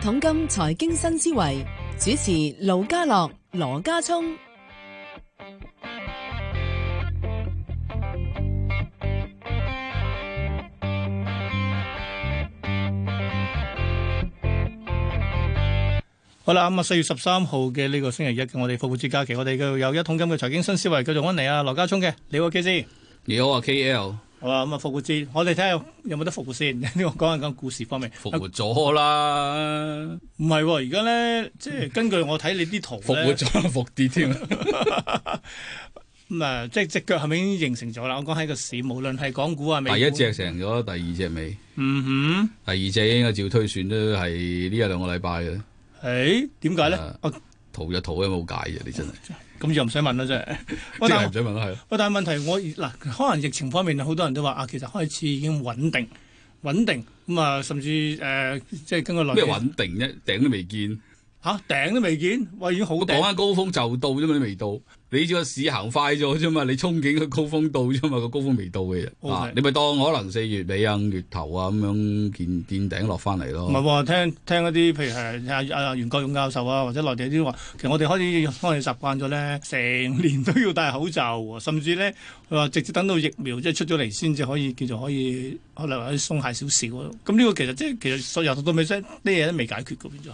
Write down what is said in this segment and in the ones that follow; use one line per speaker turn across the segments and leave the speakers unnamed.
桶金財經新思維主持盧家樂、羅家聰。
好啦，咁啊，四月十三號嘅呢個星期一，我哋復活節假期，我哋嘅有一桶金嘅財經新思維，繼續揾嚟啊，羅家聰嘅，你好 K 先，
你好啊，K L
好啦，咁啊，復活節，我哋睇下有冇得復活先。呢個講一講故事方面，
復活咗啦，
唔係喎，而家咧，即係根據我睇你啲圖
復活
咧，
咗啦， 復啲添。
咁啊，即係隻腳係咪已經形成咗啦？我講喺個市，無論係港股啊、美股
第一隻成咗，第二隻未，
嗯哼，
第二隻應該照推算都係呢一兩個禮拜嘅。
誒點解咧？
啊
哦
逃就逃啊，冇解啫，你真係，即
咁又唔使問啦，真係。喂但
係唔使問啦，係咯。
喂，但係問題我嗱，可能疫情方面好多人都話啊，其實開始已經穩定，穩定咁啊，甚至誒、呃即係根據內地
咩穩定啫？頂都未見，
嚇、頂都未見，喂，已經好
我
頂
講。緊啊高峰就到啫嘛，你未到。你只個市行快咗啫嘛，你憧憬個高峰到啫嘛，個高峰未到嘅。
OK
啊你咪當可能四月尾啊、五月頭啊咁樣見見頂落翻嚟咯。
唔係喎，聽聽嗰啲譬如係阿阿袁國勇教授啊，或者內地啲話，其實我哋開始開始習慣咗咧，成年都要戴口罩喎，甚至咧佢話直接等到疫苗即係出咗嚟先至可以叫做可以可能可以鬆懈少少咯。咁呢個其實即係其實所由頭到尾真係呢嘢都未解決嘅，變咗係。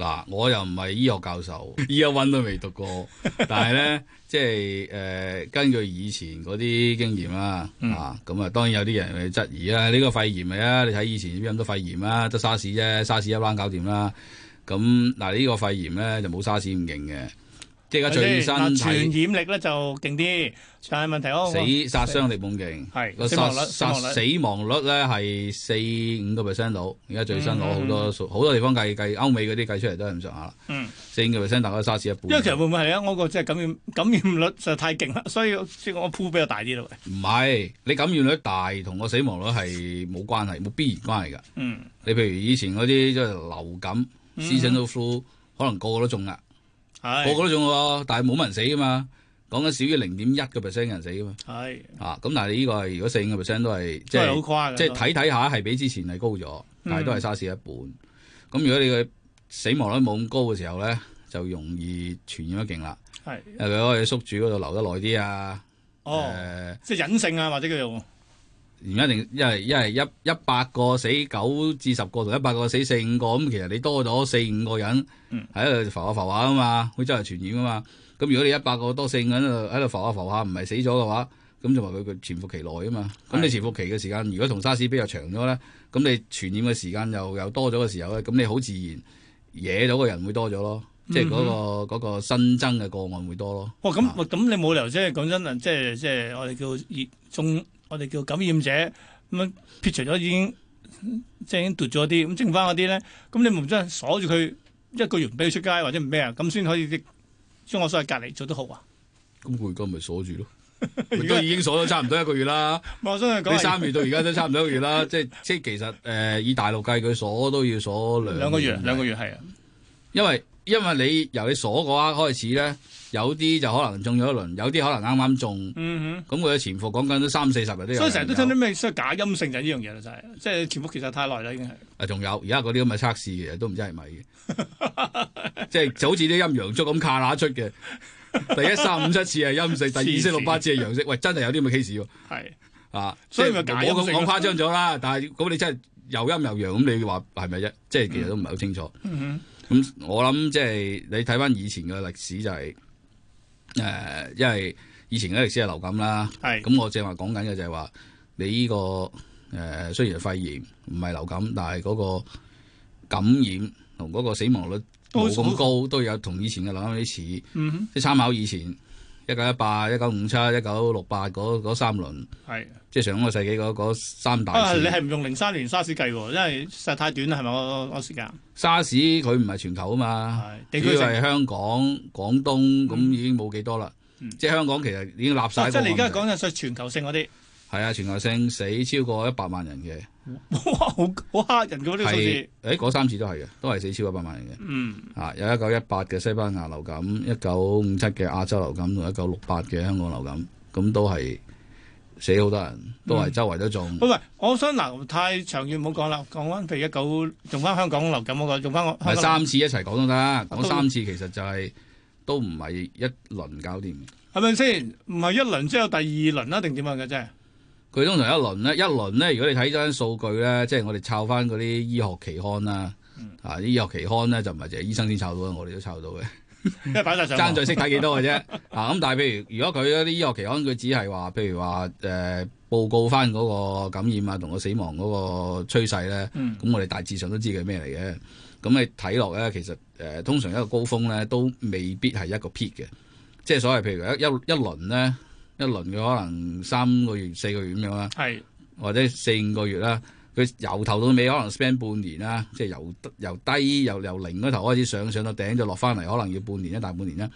嗱，我又唔係醫學教授， 醫一 one 都未讀過， 但係咧，即係誒、呃根據以前嗰啲經驗啦，
嗯
啊，咁啊，當然有啲人會質疑啦，呢、個肺炎嚟啊，你睇以前邊咁多肺炎啊，得沙士啫，沙士一班搞掂啦，咁嗱呢個肺炎咧就冇沙士咁勁嘅，即係而家最新
嗱，傳
睇
染力咧就勁啲，但係問題哦我
死殺傷力冇咁勁，
係
個
死亡
殺
率
殺
死亡率
死亡率咧係四五個 percent 到，而家最新攞好
嗯
多數好、多地方計計歐美嗰啲計出嚟都係咁上下啦。
嗯，
四五個 percent 大概沙士一半。
因為其實會唔會係咧？我個即係感染 感染率實在太勁啦，所以我即係我鋪比較大啲咯。喂
唔係你感染率大同個死亡率係冇關係，冇必然關係㗎。
嗯，
你譬如以前嗰啲即係流感、
嗯
seasonal flu，可能個個都中啦，個個
係
都中喎，但係冇乜人死㗎嘛。講緊少於零點一個 percent 人死㗎嘛。
係
啊，咁但係呢個係如果四五個 percent 都係即
都係
係
好誇嘅，
即係睇睇下係比之前係高咗，但係都係
嗯
沙士一半。咁、如果你嘅死亡率冇咁高嘅時候咧，就容易傳染得勁啦，
係
因為佢可以宿主嗰度留得耐啲啊，誒、
哦。即係隱性啊，或者叫做
唔一定，因為因為一一百個死九至十個同一百個死四五個，咁其實你多咗四五個人
嗯
喺度浮下浮下啊嘛，會周圍傳染啊嘛。咁如果你一百個多四五個人喺度喺度浮下浮下，唔係死咗嘅話，咁就話佢佢潛伏期內啊嘛。咁你
係
潛伏期嘅時間，如果同沙士比較長咗咧，咁你傳染嘅時間又又多咗嘅時候咧，咁你好自然惹到嘅人會多咗咯，即係
嗯
嗰、個嗰、個新增嘅個案會多咯。
哇咁
啊
哇咁你冇理由即係講真啊，即係即係我哋叫熱中，我哋叫感染者咁樣撇除咗已經即係已經奪咗啲，咁剩翻嗰啲咧，咁你咪真係鎖住佢一個月唔俾佢出街或者唔咩啊，咁先可以將我所謂隔離做得好啊。
咁佢而家咪 鎖住咯，
而
佢
家
都已經鎖咗差唔多一個月啦。
我相信講係
你三月到而家都差唔多一個 月啦，即係即係其實誒、呃以大陸計，佢鎖都要鎖兩
兩個月，兩個
月，
月係啊，
因為因為你由你鎖嗰刻開始咧，有啲就可能中咗一輪，有啲可能啱啱中，
嗯
咁佢嘅潛伏講緊都三四十日都
哼，
有。
所以成日都聽啲咩所謂假陰性就係呢樣嘢啦，就係即係潛伏期實太耐啦，已經係
啊，仲有而家嗰啲咁嘅測試其實都唔知係咪 嘅，即係就好似啲陰陽燭咁卡乸出嘅，第一三五七次係陰性，第二四六八次係陽性，喂，真係有啲咁嘅 case 喎。
係
啊，
所以
即係
咪假
我
陰
講
性咯
講誇張咗啦，但係咁你真係又陰又陽，咁你話係咪啫？即係其實都唔係好清楚。
嗯
咁我諗即係你睇翻以前嘅歷史就係、誒、因為以前嘅歷史係流感啦。
哼，係
咁我正話講緊嘅就係話，你呢、個誒、雖然係肺炎唔係流感，但係嗰個感染同嗰個死亡率
都好
冇咁高，都有同以前嘅流感有啲似，即
嗯哼
係參考以前一九一八、一九五七、一九六八嗰嗰三輪。
係。
即係上個世紀嗰嗰三大
啊！
次
你係唔用零三年沙士計喎，因為實在太短啦，係咪？我我時間
沙士佢唔係全球啊嘛，
係
主
地區
要
性。
係香港、廣東咁已經冇幾多啦
嗯。
即係香港其實已經立晒
啊
嗰
即
個
係你而家
問題。
講緊係全球性嗰啲，
係啊，全球性死超過一百萬人嘅，
哇！好好嚇人嘅喎呢個數
係
字。
誒嗰三次都係嘅，都係死超過一百萬人嘅。
嗯，
啊，有一九一八嘅西班牙流感，一九五七嘅亞洲流感，同一九六八嘅香港流感，咁都係死好多人，都
嗯
係周圍都中。
喂喂，我想嗱，太長遠唔好講啦，講翻譬如一九用翻香港流感嗰個，用翻我
唔
香
係
港
三次一齊講都得，講
啊都
三次其實就係、都唔係一輪搞掂嘅。
係咪先？唔係一輪之後第二輪啊，定點樣嘅啫？
佢通常一輪咧，一輪咧，如果你睇翻數據咧，即係我哋抄翻嗰啲醫學期刊啦，啊啲醫學期刊咧就唔係淨係醫生先抄到嘅，我哋都抄到嘅，
因為擺晒上網
爭在識睇幾多嘅啫。啊咁，但係譬如如果佢嗰啲醫學期刊，佢只係話譬如話誒、呃、報告翻嗰個感染啊同個死亡嗰個趨勢咧，咁、
嗯
我哋大致上都知佢咩嚟嘅。咁你睇落咧，其實誒、呃通常一個高峰咧都未必係一個 peak 嘅，即係所謂譬如一一一輪咧，一輪佢可能三個月四個月咁樣啦。
係
或者四五個月啦，佢由頭到尾可能 spend 半年啦，即係由由低由由零嗰頭開始上上到頂就落翻嚟，可能要半年一大半年啦。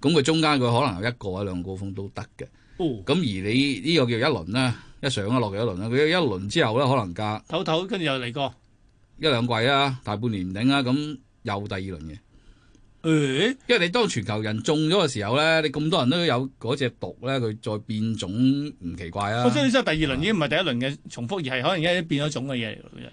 咁佢中間佢可能有一個或者兩個高峰都得嘅。
哦，
咁而你呢個叫一輪啦，一上一落嘅一輪啦，佢一輪之後咧可能隔
唞唞，跟住又嚟過。
一兩季啦，大半年唔頂啦，咁又第二輪嘅。
誒
因為你當全球人中咗嘅時候咧，你咁多人都有嗰隻毒咧，佢再變種唔奇怪啊
我！哦真係真係第二輪已經唔係第一輪嘅重複，而係可能而家變咗種嘅嘢嚟嘅啫。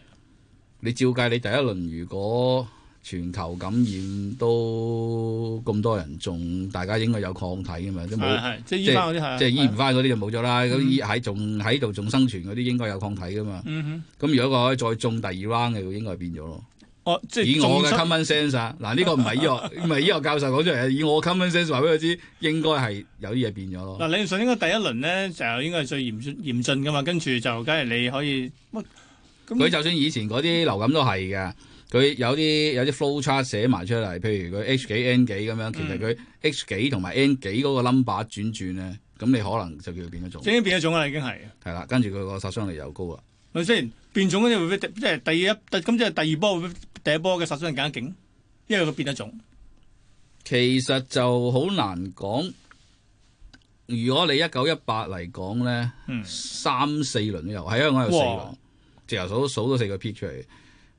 你照計，你第一輪如果全球感染都咁多人中，大家應該有抗體噶嘛，即
係
係冇
係，即係醫翻嗰啲係。嗯
即係醫唔
係。
翻嗰啲就冇咗啦。咁醫喺仲喺度仲生存嗰啲應該有抗體噶嘛。
嗯哼，
咁如果佢可以再中第二 round 嘅，佢應該係變咗咯。
我即係
以我嘅
重
common sense 啊，嗱呢個唔係 醫學唔係醫學教授講出嚟，以我 common sense 話俾佢知，應該係有啲嘢變咗咯。
嗱，理論上應該第一輪咧就應該係最嚴峻嚴峻噶嘛，跟住就梗係你可以乜
佢
咁
就算以前嗰啲流感都係嘅，佢有啲有啲 flow chart 寫埋出嚟，譬如佢 H 幾 N 幾咁樣，其實佢 H 幾同埋 N 幾嗰個 number 轉轉咧，咁你可能就叫佢變咗種
已，經變咗種啦，已經係
係啦，跟住佢個殺傷力又高啊啦。
咪先變種嗰啲會俾即係第一第咁即係第二波會比第一波嘅殺傷力更加勁，因為佢變咗種。
其實就好難講，如果你一九一八嚟講咧，
嗯
三四輪都有，喺香港有四輪
哇，
直頭數數到四個 P 出嚟。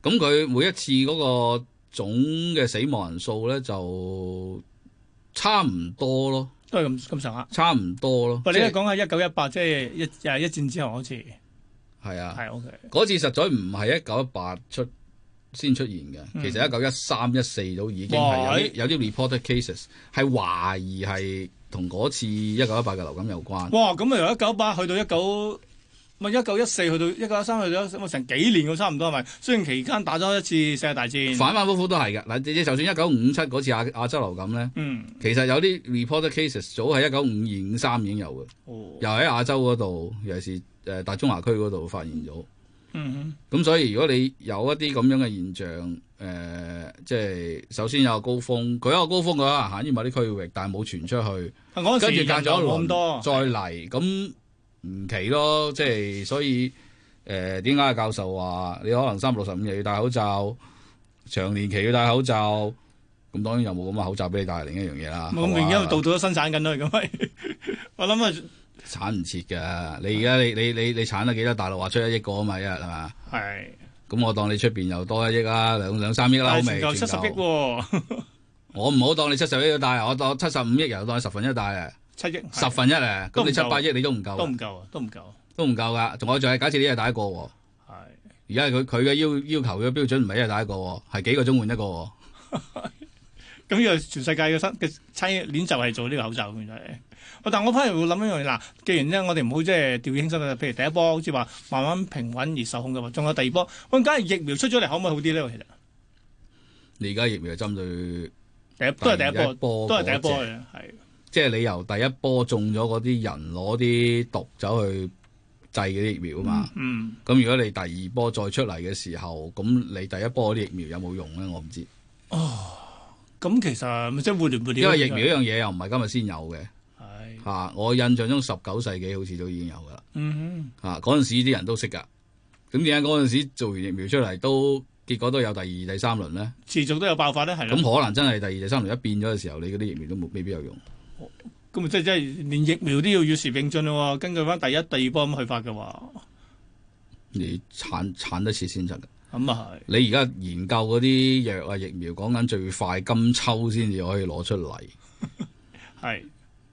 咁佢每一次嗰個總嘅死亡人數咧就差唔多咯。
都係咁咁上下。
差唔多咯。
喂，你而
即
家講下一九一八，即係一誒一戰之後好似
係啊，
係 OK。
嗰次實在唔係一九一八出先出現嘅，
嗯
其實一九一三一四都已經係有啲有啲 reported cases 係懷疑係同嗰次一九一八嘅流感有關。
哇！咁啊，由一九八去到一九，咪一九一四去到一九一三去到1913成幾年嘅差唔多係咪？雖然期間打咗一次世界大戰，
反反覆覆都係嘅嗱，你你就算一九五七嗰次亞亞洲流感咧，
嗯，
其實有啲 reported cases 早喺一九五二五三已經有嘅，
哦，
又喺亞洲嗰度，尤其是誒、呃大中華區嗰度發現咗。
嗯哼。
咁所以如果你有一啲咁樣嘅現象，誒、即係首先有個高峰，佢有個高峰嘅話，行於某啲區域，但係冇傳出去，
啊嗰陣
跟
時
住隔
人就
咗一
冇
輪
咁多，
再嚟，咁唔奇咯。即係所以誒，點解教授話你可能三百六十五日要戴口罩，長年期要戴口罩，咁當然有冇咁嘅口罩俾你戴係另一樣嘢啦。啊
咁而家度度都生產緊啦，咁咪 我諗啊
產唔切㗎，你而家你你你你產得幾多？大陸話出一億個啊嘛，一日係嘛？
啊係，
咁我當你出邊又多一億啦，兩兩三億啦，好
但係
未？
全球七十
全
億
球
喎，
我唔好當你七十億都大，我當七十五億人當你十分一大啊，
七億
十分一啊，咁你七
都唔夠
八億你都唔
係都
夠，
唔夠啊，都唔夠，
都唔夠噶。仲有就係假設你一日打一個喎，
係
而家佢佢嘅要要求嘅標準唔係一日打一個喎，係幾個鐘換一個喎。
咁呢個全世界嘅生嘅產業鏈就係做呢個口罩咁就係。喂 但我反而會諗一樣嘢，嗱，既然咧我哋唔好即係掉以輕心啦，譬如第一波好似話慢慢平穩而受控嘅話，仲有第二波，喂，假如疫苗出咗嚟，可唔可以好啲咧？其實
你而家疫苗針對
第一都係第一波，
波
都係第一波
嗰隻，
嘅，係
即係你由第一波中咗嗰啲人攞啲毒走去製嗰啲疫苗啊嘛。
嗯。
咁、如果你第二波再出嚟嘅時候，咁你第一波嗰啲疫苗有冇用咧？我唔知，
咁其實咪即係互聯互聯，
因為疫苗呢樣嘢又唔係今日先有嘅
係，
嚇、我印象中十九世紀好似都已經有㗎啦。
嗯
啊，嗰陣時啲人都識㗎。咁點解嗰陣時做完疫苗出嚟都結果都有第二、第三輪咧
哼，？持續都有爆發咧，係啦。
咁可能真係第二、第三輪一變咗嘅時候，你嗰啲疫苗都冇未必有用。
咁咪即係即係連疫苗都要與時並進咯喎，根據翻第一、第二波咁去法嘅話，
你產產得切先得㗎。
咁啊係。
你而家研究嗰啲藥啊疫苗，講緊最快今秋先至可以攞出嚟。
係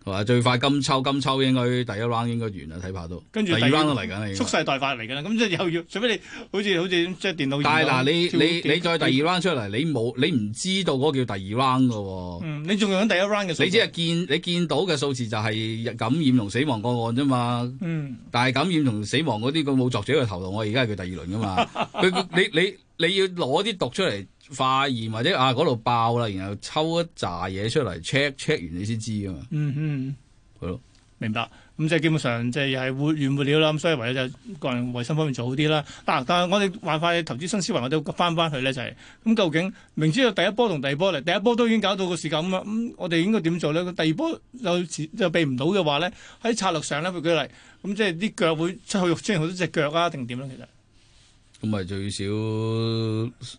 同埋最快今秋，今秋應該第一 round 應該完啦，睇怕都。
跟住
第
第
二
二
round 都嚟緊啦，已經
蓄。勢待發嚟㗎啦。咁即係又要，除非你好似好似即係電腦。
但係嗱，你你你再第二
二，
round 出嚟，你冇你唔知道嗰個叫第二 round 噶喎。
嗯，你仲用緊第一 round 嘅數據。
你只係見你見到嘅數字就係感染同死亡個案啫嘛，
嗯
但係感染同死亡嗰啲佢冇作者嘅頭度，我而家係佢第二輪噶嘛，佢佢你你你要攞啲毒出嚟化驗或者啊嗰度爆啦，然後抽一紮嘢出嚟 check check 完你先知噶嘛，
嗯嗯，
係咯。
明白。咁即係基本上即係又係活完活了啦。咁所以唯有就個人衞生方面做好啲啦。嗱、但係我哋玩法投資新思維，我哋翻翻去咧就係、咁究竟明知道第一波同第二波嚟，第一波都已經搞到個市咁啊啦，咁、我哋應該點做咧？第二波有時就避唔到嘅話咧，喺策略上咧，佢舉例，咁即係啲腳會出去肉，出現好多隻腳啊，定點咧？其實，
咁咪最少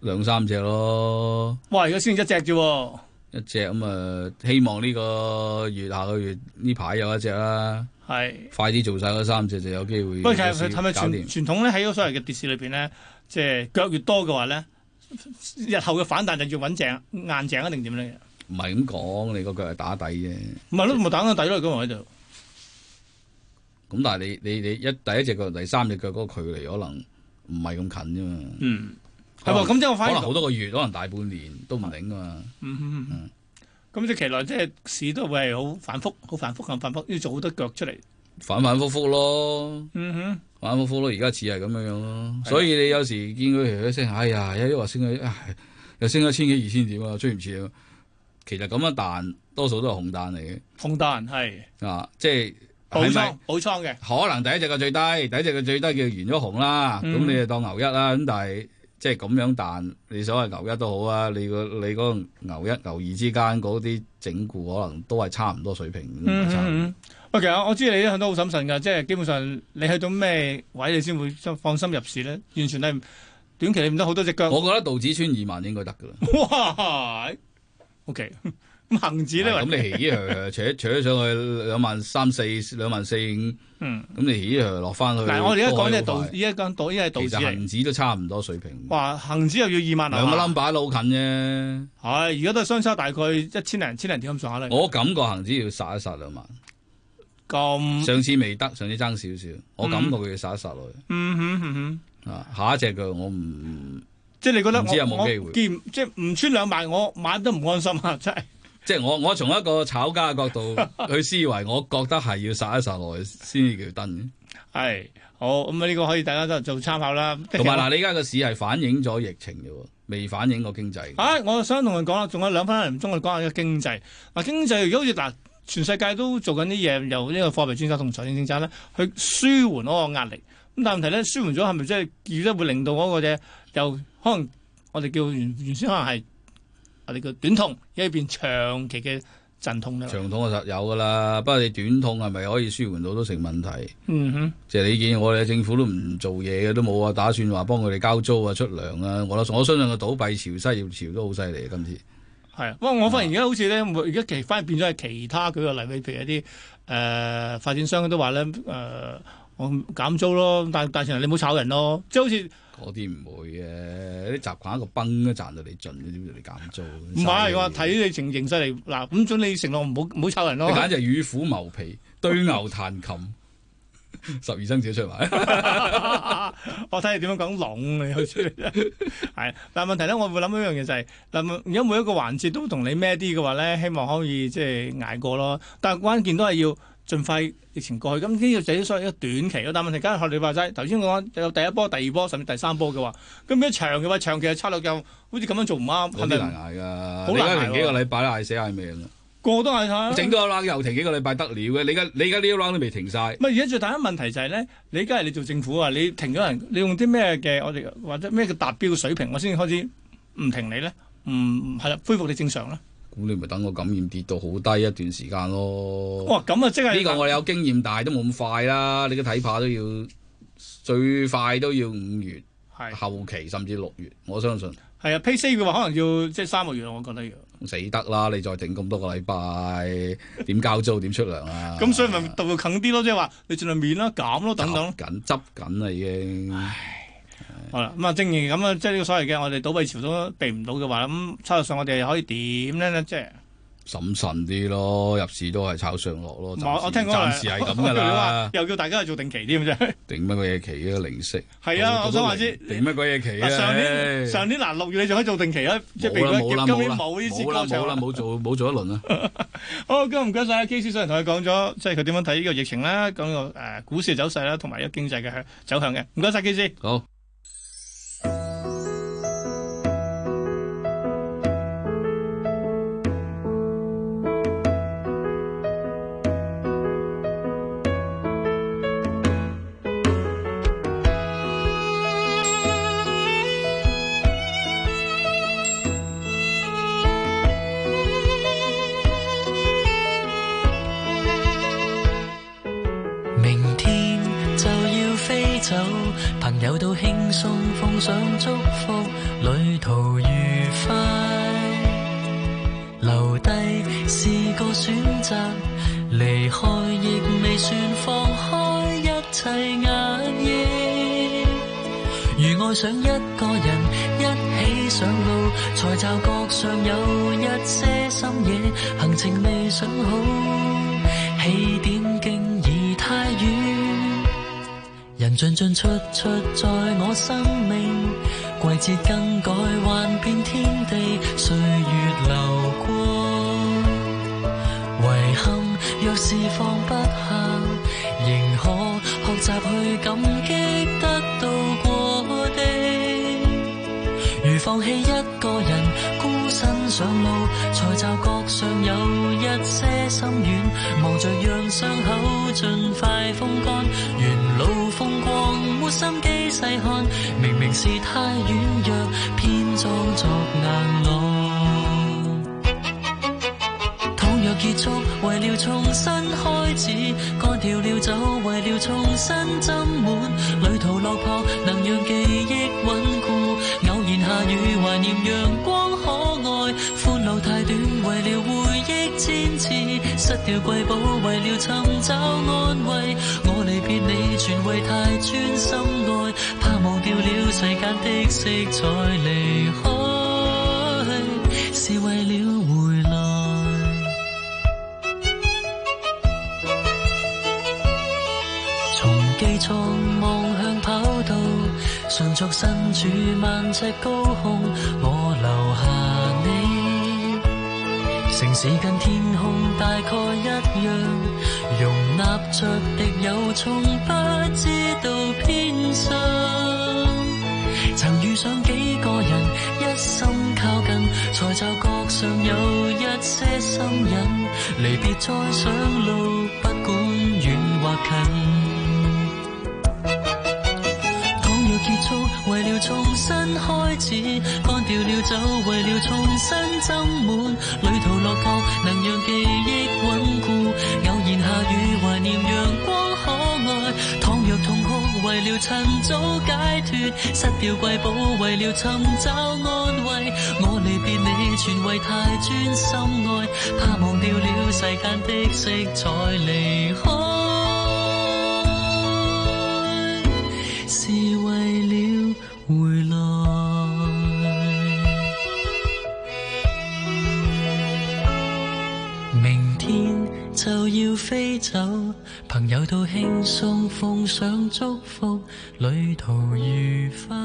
兩三隻咯，
哇！而家先一隻啫喎，
一隻咁啊，希望呢個月下個月呢排有一隻啦，
係。
快啲做晒嗰三隻就有機會
不過其
有
實
事
佢係咪
搞
傳
掂
傳統咧喺嗰所謂嘅跌市裏邊咧，即係腳越多嘅話咧，日後嘅反彈就越穩正硬淨一啊定點咧？
唔係咁講，你個腳係打底啫。
唔係咯，咪打緊底咯，咁喺度。
咁但係你你你一第一隻腳、第三隻腳嗰個距離可能唔係咁近啫嘛，
嗯，係
可能
喎，咁即係我
可
反
能
而
好多個月，可能大半年都唔定噶嘛。
嗯嗯嗯咁即係期內即係市都會係好反覆，好反覆咁反覆，要做好多腳出嚟。
反反覆覆咯，
嗯哼，
反反覆覆咯，而家似係咁樣樣咯。
係啊
所以你有時見佢一聲，哎呀，一話升咗，唉又升咗千幾二千點啊，追唔切啊。其實咁樣彈，多數都係紅彈嚟
紅蛋係
嘅啊，即係
補
係咪
倉補倉嘅，
可能第一隻嘅最低，第一隻嘅最低叫完咗紅啦，咁、
嗯
你就當牛一啦。咁但係即係咁樣彈，你所謂牛一都好啊，你個你嗰個牛一牛二之間嗰啲整固可能都係差唔多水平，唔
嗯
係差唔多
嗯嗯喂，其實我知你一向都好審慎㗎，即係基本上你去到咩位你先會放心入市咧？完全係短期你唔得好多隻腳。
我覺得道指穿二萬應該得㗎啦。
哇！OK，咁恒指咧，
咁你起起佢扯扯咗上去兩萬三四、兩萬四五，咁
嗯，
你起起佢落翻去。
嗱，我哋而家講嘅道，
都可
而
以
家講道，依家係道
好快其
指啊嚟。
實恒指都差唔多水平，
哇，恒指又要二萬啊
兩個
樓
number 都好近啫。
係而家都係相差大概一千零千零點咁上下啦。
我感覺恒指要殺一殺兩萬。
咁，
上次未得，上次爭少少，我感覺佢要殺一殺落去
嗯哼嗯哼，
啊！下一隻腳我唔，
即係你覺得
唔
我
知有冇
我
機會
見即係唔穿兩萬，我買都唔安心啊！真係
即係我我從一個炒家嘅角度 去思維，我覺得係要殺一殺落去先至叫登。
係好咁啊！呢個可以大家都做參考啦。
同埋嗱，你而家個市係反映咗疫情嘅喎，未反映過經濟。
啊！我想同佢講啦，仲有兩分零鐘，我哋講下嘅經濟。嗱，啊經濟如果好似嗱，全世界都做緊啲嘢，由呢個貨幣政策同財政政策咧，去舒緩嗰個壓力。咁但係問題咧，舒緩咗係咪即係預得會令到嗰個嘅由可能我哋叫原原先可能係我哋叫短痛，而家變長期嘅陣痛咧。
長痛我實有㗎啦，不過你短痛係咪可以舒緩到都成問題？
嗯哼，
即係你見我哋政府都唔做嘢嘅，都冇啊打算話幫佢哋交租啊、出糧啊。我我相信個倒閉潮、失業潮都好犀利嘅啊今次。
係。不過我發現而家好似咧，而家其反而變咗係其他舉個例，譬如一啲誒、呃、發展商都話咧誒。呃我減租咯，但但前提你唔好炒人咯，即係好似
嗰啲唔會嘅，啲習慣一個崩都賺到你盡，你知唔知你減租？
唔係，我話睇你情形勢嚟嗱，咁總你承諾唔好唔好炒人
你
咯。
簡直係與虎謀皮，對牛彈琴，十二生肖 出埋。
我睇你點樣講籠你好似係，但係問題咧，我會諗一樣嘢就係、嗱，而家每一個環節都同你孭啲嘅話咧，希望可以即係捱過咯。但係關鍵都係要盡快疫情過去。咁呢個就係所謂一個短期咯。但係問題，梗係學你話齋，頭先我講有第一波、第二波，甚至第三波嘅話，咁如果長嘅話，長期嘅策略又好似咁樣做唔啱，
嗰
係啊
啲難
咪？
捱㗎，
好
你而
難捱
家停幾
喎
個
啊
禮拜都嗌死嗌命啦。
個個都係睇
整多 round 又停幾個禮拜得了嘅，你而家你而家呢一 round 都未停晒。
唔係而家最大嘅問題就係咧，你梗係你做政府啊，你停咗人，你用啲咩嘅我哋或者咩嘅達標水平，我先開始唔停你咧，唔係啦，恢復你正常啦。
咁你咪等個感染跌到好低一段時間咯。
哇，咁啊即係
呢個我哋有經驗，但係都冇咁快啦。你嘅睇怕都要最快都要五月
係
後期，甚至六月，我相信
係啊，pay safe 嘅話可能要即係三個月，我覺得要。
死得啦！你再停咁多個 禮拜，點交租點出糧啊？
咁所以咪度近啲咯，即係話你盡量免啦、減咯等等。
緊執緊啦已經。
好啦，咁啊正如咁啊，即係呢個所謂嘅我哋倒閉潮都避唔到嘅話，咁策略上我哋可以點咧？即係
審慎啲咯，入市都係炒上落咯。
唔係我
暫時
聽講
暫時係咁 㗎啦，
又叫大家去做定期添啫。
定乜鬼嘢期啊？零息
係啊
個個
我
都
想話
零
知
定乜鬼嘢期啊？
嗱上年
唉
上年嗱六月你就可以做定期啦，即係
冇啦冇
譬如
啦
今
冇
年
啦
冇呢支
冇啦
歌唱
冇啦冇做冇做一輪啦。
好，今日唔該晒 K 先生同佢講咗，即係佢點樣睇呢個疫情啦，講個誒股市嘅走勢啦，同埋呢個經濟嘅走向嘅。唔該晒 K 先。
好。
明天就要飛走，朋友都輕鬆奉上祝福，旅途愉快。留低是個選擇，離開亦未算放開一切壓抑。如愛上一個人，一起上路，才驟覺上有一些深夜，行程未想好，起點竟已太遠。人進進出出在我生命，季節更改，幻變天地，歲月流過。遺憾若是放不下，仍可學習去感激得到過的。如放棄一個人孤身上路，才驟覺上有一些心軟，忙着讓傷口盡快風乾。沿路風光沒心機細看，明明是太軟弱，偏裝作硬朗。倘若結束，為了重新開始，乾掉了酒，為了重新斟滿。旅途落魄，能讓記憶穩固。偶然下雨，懷念陽光可愛。歡樂太短，為了回憶千次，失掉瑰寶，為了尋找安慰。我離別你，全為太專心愛，怕忘掉了世間的色彩，離開是為了回來。從機艙望向跑道，常作身處萬尺高空，我留下你。城市跟天空大概一樣，容納着敵友，從不知道偏心。曾遇上幾個人，一心靠近，才就覺上有一些心癮。離別再上路，不管遠或近。倘若結束，為了重新開始，乾掉了酒，為了重新斟滿。旅途落魄，能讓記憶穩固。偶然下雨，懷念陽光可愛。倘若痛哭，為了趁早解脫，失掉瑰寶，為了尋找安慰。我離別你，全為太專心愛，怕忘掉了世間的色彩，離開。是為了回來。明天就要飛走，朋友都輕鬆奉上祝福，旅途愉快。